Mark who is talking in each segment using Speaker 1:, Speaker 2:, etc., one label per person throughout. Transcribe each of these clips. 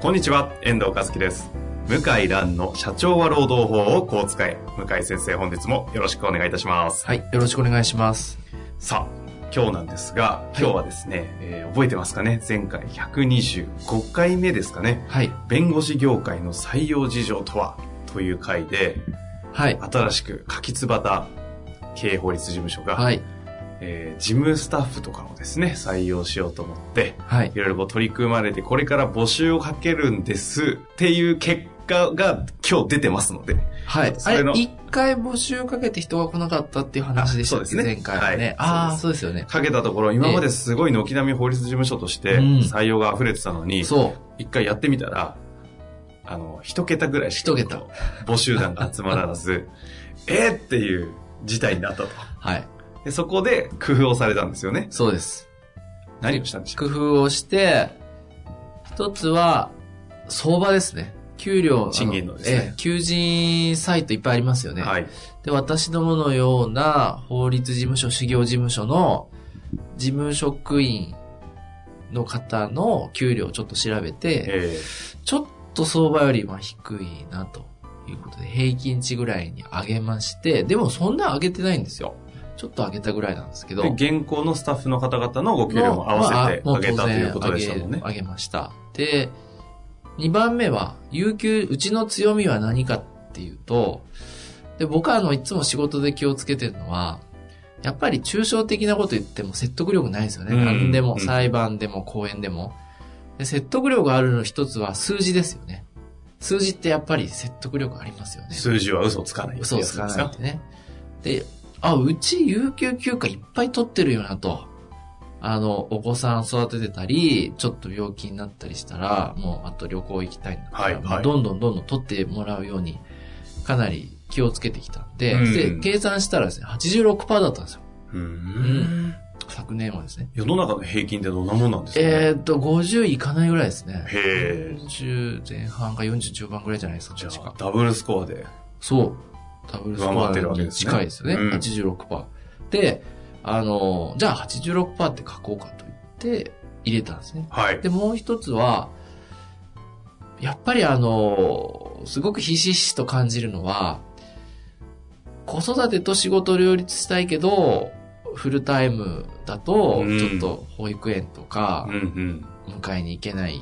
Speaker 1: こんにちは、遠藤和樹です。向井蘭の社長は労働法をこう使え。向井先生、本日もよろしくお願いいたします。
Speaker 2: はい、よろしくお願いします。
Speaker 1: さあ、今日なんですが、今日はですね、えー覚えてますかね前回125回目ですかね。
Speaker 2: はい、
Speaker 1: 弁護士業界の採用事情とはという回で、
Speaker 2: はい、
Speaker 1: 新しく柿津端経営法律事務所が、
Speaker 2: はい、
Speaker 1: えー事務スタッフとかをですね、採用しようと思って、
Speaker 2: はい
Speaker 1: い、ろいろこう取り組まれて、これから募集をかけるんですっていう結果が今日出てますので。
Speaker 2: はい。
Speaker 1: そ
Speaker 2: あ
Speaker 1: れの
Speaker 2: れ、一回募集かけて人が来なかったっていう話でした
Speaker 1: あ
Speaker 2: っ
Speaker 1: そ
Speaker 2: け、
Speaker 1: うですね
Speaker 2: 前回は
Speaker 1: はい
Speaker 2: ね。ああ、
Speaker 1: そ
Speaker 2: そうですよね。
Speaker 1: かけたところ、今まですごい軒並み法律事務所として
Speaker 2: うん
Speaker 1: 採用が溢れてたのに、
Speaker 2: そ
Speaker 1: 一回やってみたら、あの、一桁ぐらいしか
Speaker 2: 一桁
Speaker 1: 募集団が集まらず、 えーっていう事態になったと。
Speaker 2: う。はい。
Speaker 1: でそこで工夫をされたんですよね。
Speaker 2: そうです。
Speaker 1: 何をしたんでしょ
Speaker 2: 工夫をして、一つは、相場ですね。給料。あ
Speaker 1: 賃金のですね
Speaker 2: ええ求人サイトいっぱいありますよ
Speaker 1: う、
Speaker 2: ね。
Speaker 1: はい。
Speaker 2: で、私どものような法律事務所、修行事務所の事務職員の方の給料をちょっと調べて、
Speaker 1: え
Speaker 2: ちょっと相場よりは低いなということで、平均値ぐらいに上げまして、でもそんな上げてないんですよ。ちょっと上げたぐらいなんですけど。
Speaker 1: ー、で、現行のスタッフの方々のご給料も合わせて
Speaker 2: まあ
Speaker 1: あげたということでしたもん
Speaker 2: もう当然
Speaker 1: ね
Speaker 2: 上。げ上げました。で、2番目は、有給、うちの強みは何かっていうと、で、僕はあの、いつも仕事で気をつけてるのは、やっぱり抽象的なこと言っても説得力ないですよね。
Speaker 1: うん
Speaker 2: 何でも、
Speaker 1: うん
Speaker 2: 裁判でも、講演でも。で説得力があるの一つは数字ですよね。数字ってやっぱり説得力ありますよね。
Speaker 1: 数字は嘘つかないってやつ
Speaker 2: 嘘を
Speaker 1: で
Speaker 2: つ
Speaker 1: す
Speaker 2: か
Speaker 1: か。
Speaker 2: ないってね。で、あ、うち有給休暇いっぱい取ってるよなと。あの、お子さん育ててたり、ちょっと病気になったりしたら、もうあと旅行行きたいんだから、
Speaker 1: はいはい
Speaker 2: もうどんどんどんどん取ってもらうように、かなり気をつけてきたんで、
Speaker 1: うん
Speaker 2: で、計算したらですね、86%だったんですよ。
Speaker 1: うーん。
Speaker 2: 昨年はですね。
Speaker 1: 世の中の平均ってどんなもんなんですかね、
Speaker 2: えーっと、50いかないぐらいですね。
Speaker 1: へー
Speaker 2: 40前半か40中盤ぐらいじゃないですか、
Speaker 1: じゃ
Speaker 2: 確
Speaker 1: あ
Speaker 2: か、
Speaker 1: ダブルスコアで。
Speaker 2: そう。ダブルスコ
Speaker 1: 上回ってるわ
Speaker 2: ア
Speaker 1: け
Speaker 2: に
Speaker 1: ですね
Speaker 2: 近いですよね。
Speaker 1: うん
Speaker 2: 86%。で、あの、じゃあ86%って書こうかと言って入れたんですね。
Speaker 1: はい。
Speaker 2: で、もう一つは、やっぱりあの、すごくひしひしと感じるのは、子育てと仕事を両立したいけど、フルタイムだと
Speaker 1: うん、
Speaker 2: ちょっと保育園とか
Speaker 1: うん、うん。
Speaker 2: 迎えに行けないっ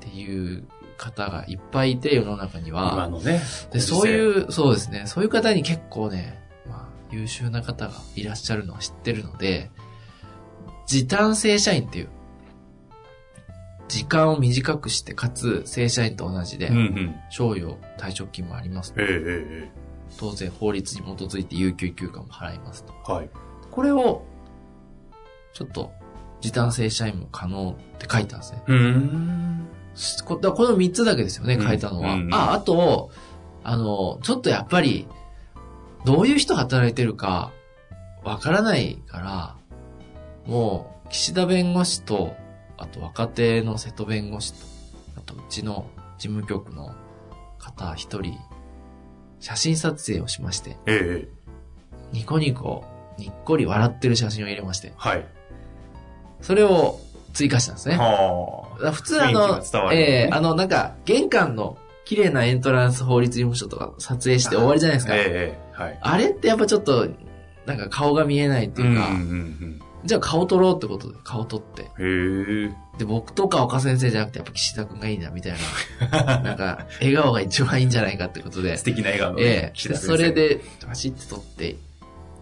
Speaker 2: ていう方がいっぱいいて、世の中には。
Speaker 1: 今のね。ご時世
Speaker 2: で、そういう、そうですね。そういう方に結構ね、まあ、優秀な方がいらっしゃるのは知ってるので、時短正社員っていう、時間を短くして、かつ正社員と同じで、
Speaker 1: うんうん。
Speaker 2: 賞与、退職金もあります。
Speaker 1: えええ
Speaker 2: 当然、法律に基づいて有給休暇も払いますと。
Speaker 1: えはい。
Speaker 2: これを、ちょっと、時短正社員も可能って書いたんですね。
Speaker 1: うん。
Speaker 2: しこだからこの3つだけですよね、
Speaker 1: うん
Speaker 2: 書いたのは。
Speaker 1: うん
Speaker 2: あ、あと、あの、ちょっとやっぱり、どういう人働いてるか、わからないから、もう、岸田弁護士と、あと若手の瀬戸弁護士と、あとうちの事務局の方一人、写真撮影をしまして、
Speaker 1: ええええ
Speaker 2: ニコニコ、にっこり笑ってる写真を入れまして、
Speaker 1: はい。
Speaker 2: それを追加したんですね。
Speaker 1: はあ。
Speaker 2: 普通あ
Speaker 1: 雰囲
Speaker 2: の
Speaker 1: 気が伝わ、るよね
Speaker 2: ええあの、なんか、玄関の綺麗なエントランス法律事務所とか撮影して終わりじゃないですか。
Speaker 1: ええはい。
Speaker 2: あれってやっぱちょっと、なんか顔が見えないっていうか、
Speaker 1: うんうん
Speaker 2: じゃあ顔撮ろうってことで、顔撮って。
Speaker 1: うん。へえ。
Speaker 2: で、僕とか岡先生じゃなくて、やっぱ岸田くんがいいな、みたいな。 なんか、笑顔が一番いいんじゃないかってことで
Speaker 1: 素。敵な笑顔のね、
Speaker 2: ええ
Speaker 1: 岸田先生
Speaker 2: それ。で、パシって撮って、い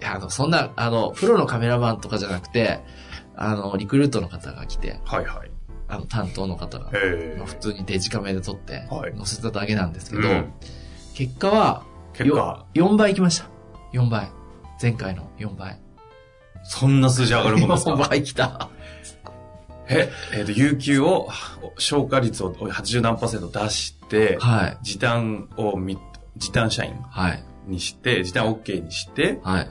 Speaker 2: や、あの、そんな、あの、プロのカメラマンとかじゃなくて、あの、リクルートの方が来て、
Speaker 1: はいはい。
Speaker 2: あの、担当の方が
Speaker 1: へ。え
Speaker 2: まあ普通にデジカメで撮って、
Speaker 1: はい
Speaker 2: 載せただけなんですけど、
Speaker 1: うん
Speaker 2: 結果は、
Speaker 1: 結果、
Speaker 2: 4倍いきました。4倍。前回の4倍。
Speaker 1: そんな数字上がるものです
Speaker 2: 今
Speaker 1: か
Speaker 2: 倍来た。
Speaker 1: え、えっ、と、有給を、消化率を80何パーセント出して、
Speaker 2: はい。
Speaker 1: 時短をみ、時短社員
Speaker 2: はい。
Speaker 1: にして、時短 OK にして、
Speaker 2: はい。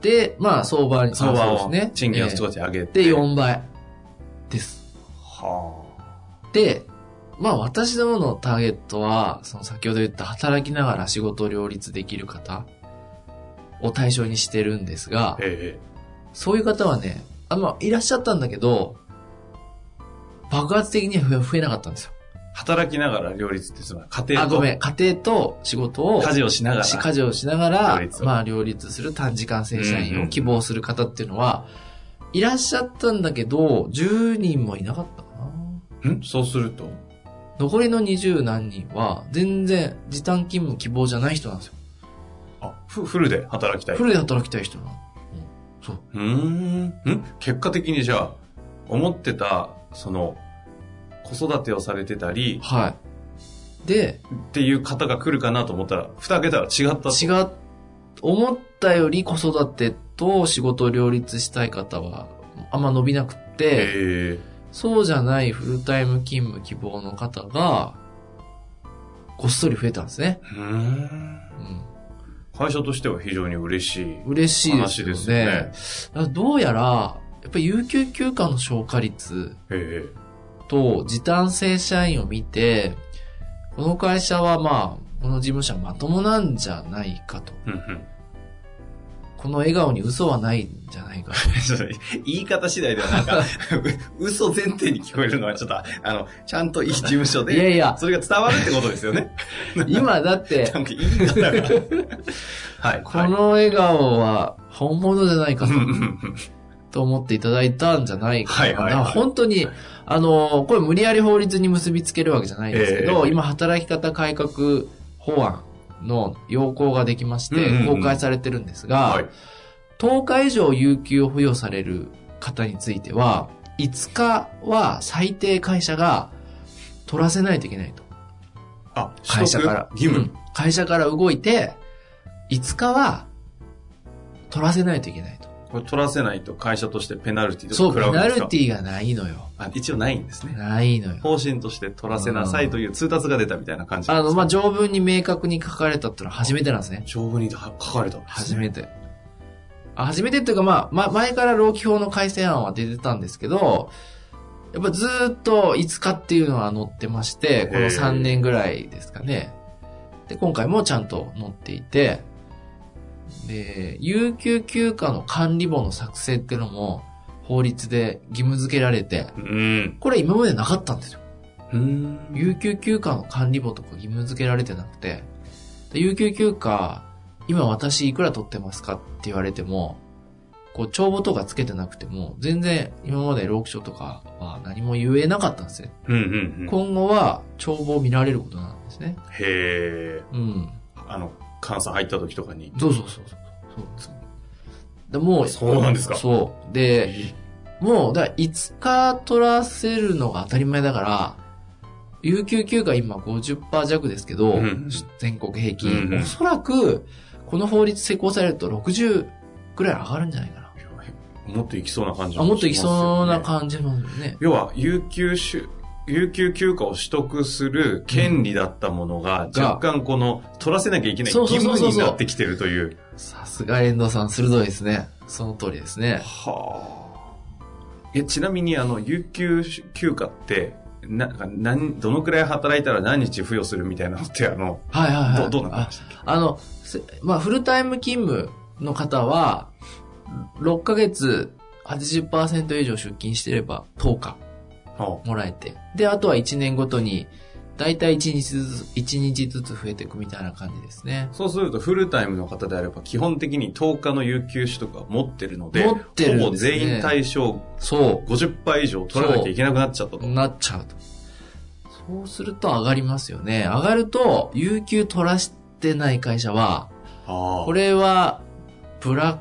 Speaker 2: で、まあ、相場に、
Speaker 1: 相場
Speaker 2: あそ
Speaker 1: を、
Speaker 2: うですね
Speaker 1: 賃金を
Speaker 2: え
Speaker 1: 少し上げ
Speaker 2: ー
Speaker 1: て。
Speaker 2: で、4倍です。
Speaker 1: は
Speaker 2: で、まあ、私どものターゲットは、その先ほど言った働きながら仕事を両立できる方を対象にしてるんですが
Speaker 1: あ。、え
Speaker 2: そういう方はね、あまあ、いらっしゃったんだけど、爆発的には増えなかったんですよ。
Speaker 1: え働きながら両立って、つまり家庭
Speaker 2: あ、
Speaker 1: と
Speaker 2: ごめん。家庭と仕事を、
Speaker 1: 家事をしながら。
Speaker 2: し家事をしながら
Speaker 1: 両立、を
Speaker 2: まあ、両立する短時間正社
Speaker 1: うん
Speaker 2: 員
Speaker 1: う
Speaker 2: を
Speaker 1: ん
Speaker 2: 希望する方っていうのは、いらっしゃったんだけど、10人もいなかったかな。
Speaker 1: んそうすると
Speaker 2: 残りの20何人は、全然時短勤務希望じゃない人なんですよ。
Speaker 1: あ、フフルで働きたい。
Speaker 2: フルで働きたい人なの。
Speaker 1: うーん。ん結果的にじゃあ、思ってた、その、子育てをされてたり、
Speaker 2: はい。で、
Speaker 1: っていう方が来るかなと思ったら、蓋開けたら違ったと。
Speaker 2: 違う、思ったより子育てと仕事を両立したい方は、あんま伸びなくって、
Speaker 1: え
Speaker 2: そうじゃないフルタイム勤務希望の方が、こっそり増えたんですね
Speaker 1: え。うーん。
Speaker 2: うん
Speaker 1: 会社としては非常に嬉しい。
Speaker 2: 嬉しいで
Speaker 1: 話
Speaker 2: すよね。
Speaker 1: ですよね。
Speaker 2: だからどうやら、やっぱり有給休暇の消化率
Speaker 1: え
Speaker 2: と時短正社員を見て、この会社はまあ、この事務所はまともなんじゃないかと。
Speaker 1: えうんうん。
Speaker 2: この笑顔に嘘はないんじゃないかと。
Speaker 1: ちょっと言い方次第ではなんか、 嘘前提に聞こえるのはちょっと、あの、ちゃんといい事務 所
Speaker 2: いや
Speaker 1: で、
Speaker 2: いや、
Speaker 1: それが伝わるってことですよね。
Speaker 2: 今 だって
Speaker 1: な、んか言い方が。はい。
Speaker 2: この笑顔は本物じゃないか
Speaker 1: はい、
Speaker 2: と
Speaker 1: うんうんうん
Speaker 2: と思っていただいたんじゃないかな。
Speaker 1: はいはいはい
Speaker 2: 本当に、あの、これ無理やり法律に結びつけるわけじゃないですけど、
Speaker 1: ええ
Speaker 2: 今働き方改革法案の要項ができまし
Speaker 1: うんう
Speaker 2: て、
Speaker 1: んうん
Speaker 2: 公開されてるんですが、
Speaker 1: はい。
Speaker 2: 10日以上有給を付与される方については、5日は最低会社が取らせないといけないと。
Speaker 1: あ、
Speaker 2: 会社から。
Speaker 1: 取得義
Speaker 2: う
Speaker 1: 務。
Speaker 2: ん会社から動いて、5日は取らせないといけないと。
Speaker 1: これ取らせないと会社としてペナルティとか
Speaker 2: そう、
Speaker 1: 食
Speaker 2: ペ
Speaker 1: らうわ
Speaker 2: ナ
Speaker 1: けです
Speaker 2: ル
Speaker 1: か
Speaker 2: ティがないのよ。
Speaker 1: あ一応ないんですね。
Speaker 2: ないのよ。
Speaker 1: 方針として取らせなさいという通達が出たみたいな感じな
Speaker 2: あ
Speaker 1: んで
Speaker 2: の、
Speaker 1: す
Speaker 2: まあ、
Speaker 1: か
Speaker 2: 条文に明確に書かれたってのは初めてなんですね。
Speaker 1: 条文に書かれたんですね
Speaker 2: 初めて。あ初めてっていうか、まあ、ま、前から労基法の改正案は出てたんですけど、やっぱずーっと5日っていうのは載ってまして、この
Speaker 1: へー
Speaker 2: 3年ぐらいですかね。で、今回もちゃんと載っていて、で、有給休暇の管理簿の作成っていうのも法律で義務付けられて、
Speaker 1: うん。
Speaker 2: これ今までなかったんですよ。
Speaker 1: うん
Speaker 2: 有給休暇の管理簿とか義務付けられてなくて、で有給休暇、今私いくら取ってますかって言われても、こう、帳簿とかつけてなくても、全然今まで労基署とかは何も言えなかったんですね。
Speaker 1: うんうんうん。
Speaker 2: 今後は帳簿を見られることなんですね。
Speaker 1: へえ。
Speaker 2: うん。
Speaker 1: あの、監査入った時とかに。
Speaker 2: そうそうそうそう。そうでもう、
Speaker 1: そうなんですか
Speaker 2: そう。で、もう、だから5日取らせるのが当たり前だから、有給休暇今50%弱ですけど、
Speaker 1: うん
Speaker 2: 全国平均、
Speaker 1: うんうん
Speaker 2: おそらく、この法律施行されると60くらい上がるんじゃないかな。
Speaker 1: もっといきそうな感じ
Speaker 2: あもっといきそうな
Speaker 1: じ。
Speaker 2: 感じなんだよね。
Speaker 1: 要は、有給し有給休暇を取得する権利だったものが、
Speaker 2: が
Speaker 1: 若干この、取らせなきゃいけない
Speaker 2: そう
Speaker 1: 義
Speaker 2: そうそう
Speaker 1: 務
Speaker 2: そう
Speaker 1: になってきてるという。
Speaker 2: さすが遠藤さん、鋭いですね。その通りですね。
Speaker 1: はあ。え、ちなみに、あの、有給休暇って、な、なん、どのくらい働いたら何日付与するみたいなのって、あの、
Speaker 2: はいはいは
Speaker 1: ど、
Speaker 2: い。
Speaker 1: どうな
Speaker 2: あ
Speaker 1: んでしたっ
Speaker 2: あの、せまあ、フルタイム勤務の方は、6ヶ月80%以上出勤してれば10日。
Speaker 1: けは
Speaker 2: もらえて。で、あとは1年ごとに、だいたい1日ずつ、1日ずつ増えていくみたいな感じですね
Speaker 1: あ。そうすると、フルタイムの方であれば、基本的に10日の有給取得は持ってるので、
Speaker 2: 持ってるんですね
Speaker 1: ほぼ全員対象
Speaker 2: そ
Speaker 1: 50倍以上取らなきゃいけなくなっちゃったと
Speaker 2: う。。なっちゃうと。そうすると上がりますよね。上がると、有給取らしてない会社は、
Speaker 1: ああ
Speaker 2: これは、ブラッ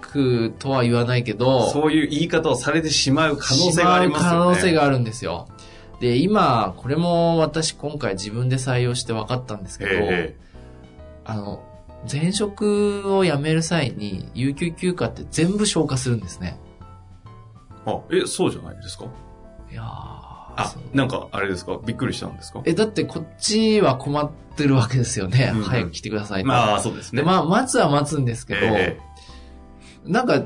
Speaker 2: クとは言わないけど、
Speaker 1: そういう言い方をされてしまう可能性がありますよね。
Speaker 2: しまう可能性があるんですよ。で、今、これも私今回自分で採用して分かったんですけど、
Speaker 1: え
Speaker 2: あの、前職を辞める際に、有給休暇って全部消化するんですね。
Speaker 1: あ、え、そうじゃないですか
Speaker 2: いやー
Speaker 1: あ
Speaker 2: そう、
Speaker 1: なんか、あれですかびっくりしたんですか
Speaker 2: え、だってこっちは困ってるわけですよね。
Speaker 1: うんうん
Speaker 2: 早く来てくださいと。
Speaker 1: まあ、そうですね。
Speaker 2: で、まあ、待つは待つんですけど、
Speaker 1: え
Speaker 2: なんか、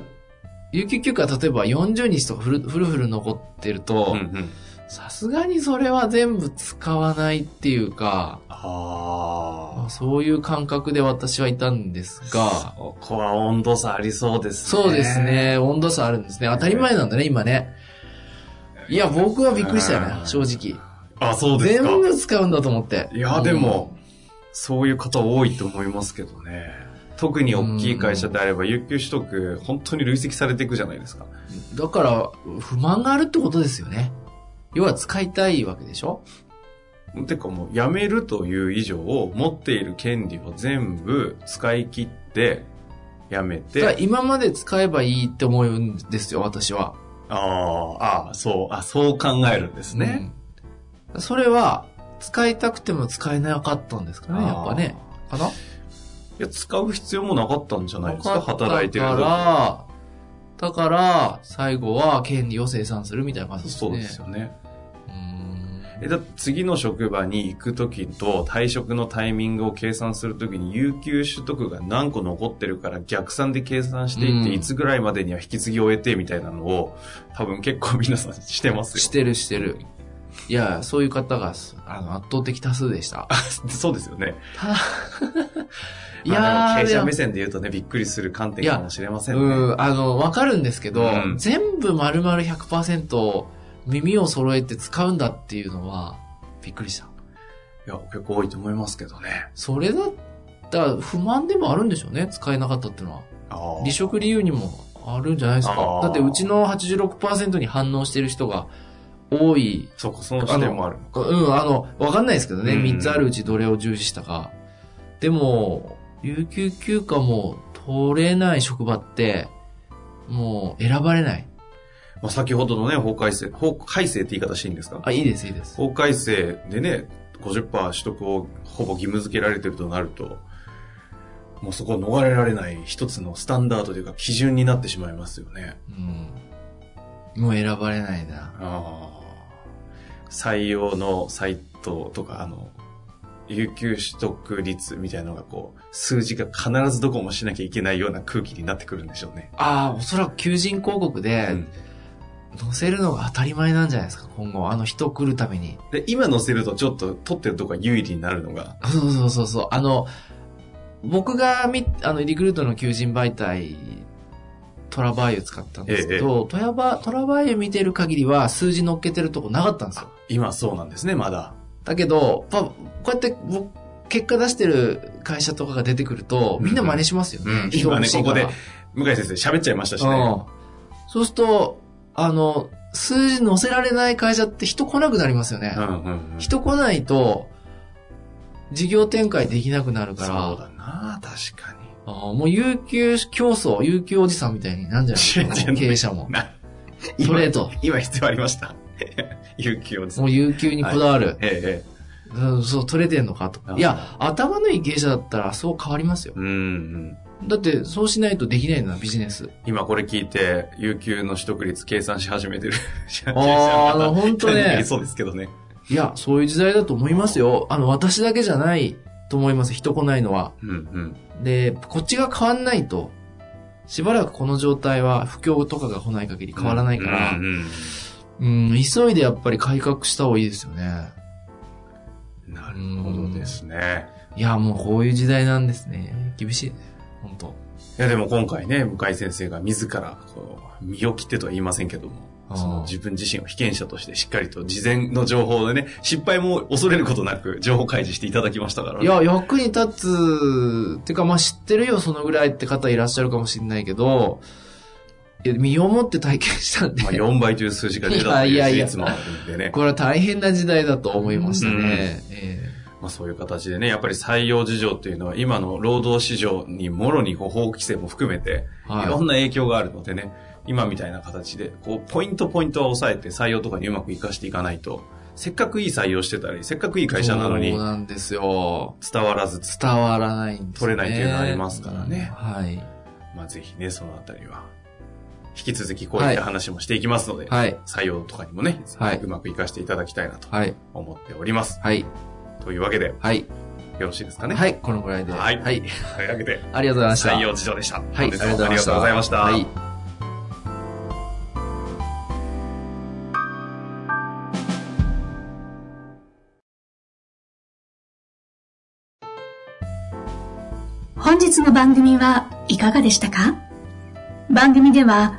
Speaker 2: 有給休暇例えば40日とかふるふるふる残ってる
Speaker 1: えう
Speaker 2: と
Speaker 1: ん、うん。
Speaker 2: さすがにそれは全部使わないっていうか、
Speaker 1: あ
Speaker 2: そういう感覚で私はいたんです
Speaker 1: あ。
Speaker 2: が、
Speaker 1: ここは温度差ありそうですね。
Speaker 2: そうです。ね、温度差あるんですね。当たり前なんだね、今ね。いや、僕はびっくりしたよ
Speaker 1: う
Speaker 2: ね、
Speaker 1: ん
Speaker 2: 正直。
Speaker 1: あ、そうです
Speaker 2: 全
Speaker 1: か。
Speaker 2: 部使うんだと思って。
Speaker 1: いや、でも、そういう方多いと思いますけどね。特に大きい会社であれば、有給取得、本当に累積されていくじゃないですか。
Speaker 2: うん、だから、不満があるってことですよね。要は使いたいわけでしょ
Speaker 1: てかもう、辞めるという以上を、持っている権利を全部使い切って、辞め
Speaker 2: だから
Speaker 1: て、
Speaker 2: 今まで使えばいいって思うんですよ、私は。
Speaker 1: ああ、ああ、そう、あそう考えるんですね。
Speaker 2: うんそれは、使いたくても使えなかったんですかね、やっぱね。かない
Speaker 1: や、使う必要もなかったんじゃないですか、働いてる
Speaker 2: だ
Speaker 1: だけ
Speaker 2: から、だから、最後は権利を生産するみたいな感じですね。
Speaker 1: そうですよね。
Speaker 2: うーん。
Speaker 1: えだって次の職場に行く時と退職のタイミングを計算するときに有給取得が何個残ってるから逆算で計算していって、
Speaker 2: うん
Speaker 1: いつぐらいまでには引き継ぎを終えてみたいなのを多分結構皆さんしてますよ。
Speaker 2: してるしてる。いや、そういう方が、あの、圧倒的多数 でした。
Speaker 1: そうですよね。
Speaker 2: い
Speaker 1: まあでも経
Speaker 2: やー、
Speaker 1: 営者
Speaker 2: でも
Speaker 1: 目線で言うとね、びっくりする観点
Speaker 2: いや
Speaker 1: かもしれませんね。
Speaker 2: うん、あの、わかるんですけど、
Speaker 1: うん
Speaker 2: 全部丸々100%耳を揃えて使うんだっていうのは、びっくりした。
Speaker 1: いや、結構多いと思いますけどね。
Speaker 2: それだったら不満でもあるんでしょうね、使えなかったっていうのは。
Speaker 1: あ
Speaker 2: 離職理由にもあるんじゃないですか
Speaker 1: あ。ー
Speaker 2: だってうちの86%に反応してる人が多い。
Speaker 1: そうか、その視点もあるのか。
Speaker 2: うん、あの、わかんないですけどね、
Speaker 1: うん
Speaker 2: 3つあるうちどれを重視したか。でも、有給休暇も取れない職場って、もう選ばれない。
Speaker 1: まあ、先ほどのね、法改正、法改正って言い方していいんですか
Speaker 2: あ、いいです、いいです。
Speaker 1: 法改正でね、50%取得をほぼ義務付けられてるとなると、もうそこを逃れられない一つのスタンダードというか基準になってしまいますよね。
Speaker 2: うん。もう選ばれないな。
Speaker 1: あー採用のサイトとか、あの、有給取得率みたいなのがこう、数字が必ずどこもしなきゃいけないような空気になってくるんでしょうね。
Speaker 2: ああ、おそらく求人広告で、
Speaker 1: うん
Speaker 2: 載せるのが当たり前なんじゃないですか、今後。あの人来るために。
Speaker 1: で、今載せるとちょっと取ってるとこが有利になるのが、
Speaker 2: そうそうそうそう。あの、僕がみ、あの、リクルートの求人媒体、トラバーユ使ったんですけど、トラバ、トラバーユ見てる限りは数字乗っけてるとこなかったんですよ。
Speaker 1: 今そうなんですね、まだ。
Speaker 2: だけど、やっぱこうやって僕、結果出してる会社とかが出てくると、みんな真似しますよね。
Speaker 1: うん
Speaker 2: 人欲しいから
Speaker 1: 今ねこ向井先生喋っちゃいましたしね。
Speaker 2: うん。そうすると、あの、数字載せられない会社って人来なくなりますよね。
Speaker 1: うんうんうん
Speaker 2: 人来ないと、事業展開できなくなるか
Speaker 1: そう
Speaker 2: ら、
Speaker 1: だな確かに。
Speaker 2: あーもう有給競争、有給おじさんみたいになんじゃないです
Speaker 1: 違う
Speaker 2: か、
Speaker 1: 違う
Speaker 2: 経営者も。
Speaker 1: な
Speaker 2: スト
Speaker 1: 今
Speaker 2: レート。
Speaker 1: 今必要ありました。 有給をです
Speaker 2: もう有給にこだわる。
Speaker 1: ええ、ええ。
Speaker 2: うんそう、取れてんのかと
Speaker 1: あ
Speaker 2: か。いや、頭のいい経営者だったらそう変わりますよ。
Speaker 1: うんうん。
Speaker 2: だって、そうしないとできないのはビジネス。
Speaker 1: 今これ聞いて、有給の取得率計算し始めてる。
Speaker 2: あーあのほんとね
Speaker 1: 確かにそうですけどね。
Speaker 2: いや、そういう時代だと思いますよ。あの、私だけじゃないと思います。人来ないのは。
Speaker 1: うんうん。
Speaker 2: で、こっちが変わんないと、しばらくこの状態は不況とかが来ない限り変わらないから、
Speaker 1: うんうん
Speaker 2: うん、急いでやっぱり改革した方がいいですよね。
Speaker 1: うんなるほどですね。
Speaker 2: いや、もうこういう時代なんですね。厳しいね。本当
Speaker 1: いやでも今回ね、向井先生が自ら、こう、身を切ってとは言いませんけども、
Speaker 2: あー
Speaker 1: その自分自身を被験者としてしっかりと事前の情報でね、失敗も恐れることなく情報開示していただきましたからね
Speaker 2: いや、役に立つ、てかまあ知ってるよ、そのぐらいって方いらっしゃるかもしれないけど、いや身をもって体験したんで、
Speaker 1: まあ、4倍という数字が出たとい
Speaker 2: いや
Speaker 1: う
Speaker 2: いやい
Speaker 1: 事
Speaker 2: や
Speaker 1: 実もあるんでね。
Speaker 2: これは大変な時代だと思いましたね。
Speaker 1: うん
Speaker 2: え
Speaker 1: まあそういう形でね、やっぱり採用事情っていうのは今の労働市場にもろにこう法規制も含めて、
Speaker 2: えはい
Speaker 1: いろんな影響があるのでね、今みたいな形で、こう、ポイントポイントは抑えて採用とかにうまく活かしていかないと、せっかくいい採用してたり、せっかくいい会社なのに
Speaker 2: そうなんですよ。
Speaker 1: 伝わらず、つ
Speaker 2: 伝わらないんですね
Speaker 1: 取れないっていうのありますからね
Speaker 2: うんはい。
Speaker 1: まあぜひね、そのあたりは、引き続きこういった話もしていきますので、
Speaker 2: はい。
Speaker 1: 採用とかにもね、
Speaker 2: はいう
Speaker 1: まく活かしていただきたいなと
Speaker 2: はい。
Speaker 1: 思っております。
Speaker 2: はい。
Speaker 1: というわけで、よ
Speaker 2: はい。
Speaker 1: ろしいですかね。
Speaker 2: はい。このぐらいで。
Speaker 1: はい
Speaker 2: はい。
Speaker 1: というわけで、
Speaker 2: ありがとうございました。
Speaker 1: 採用事情でした。
Speaker 2: は
Speaker 1: 本
Speaker 2: い。
Speaker 1: 日もありがとうございました。
Speaker 2: はい。
Speaker 3: 本日の番組はいかがでしたか番組では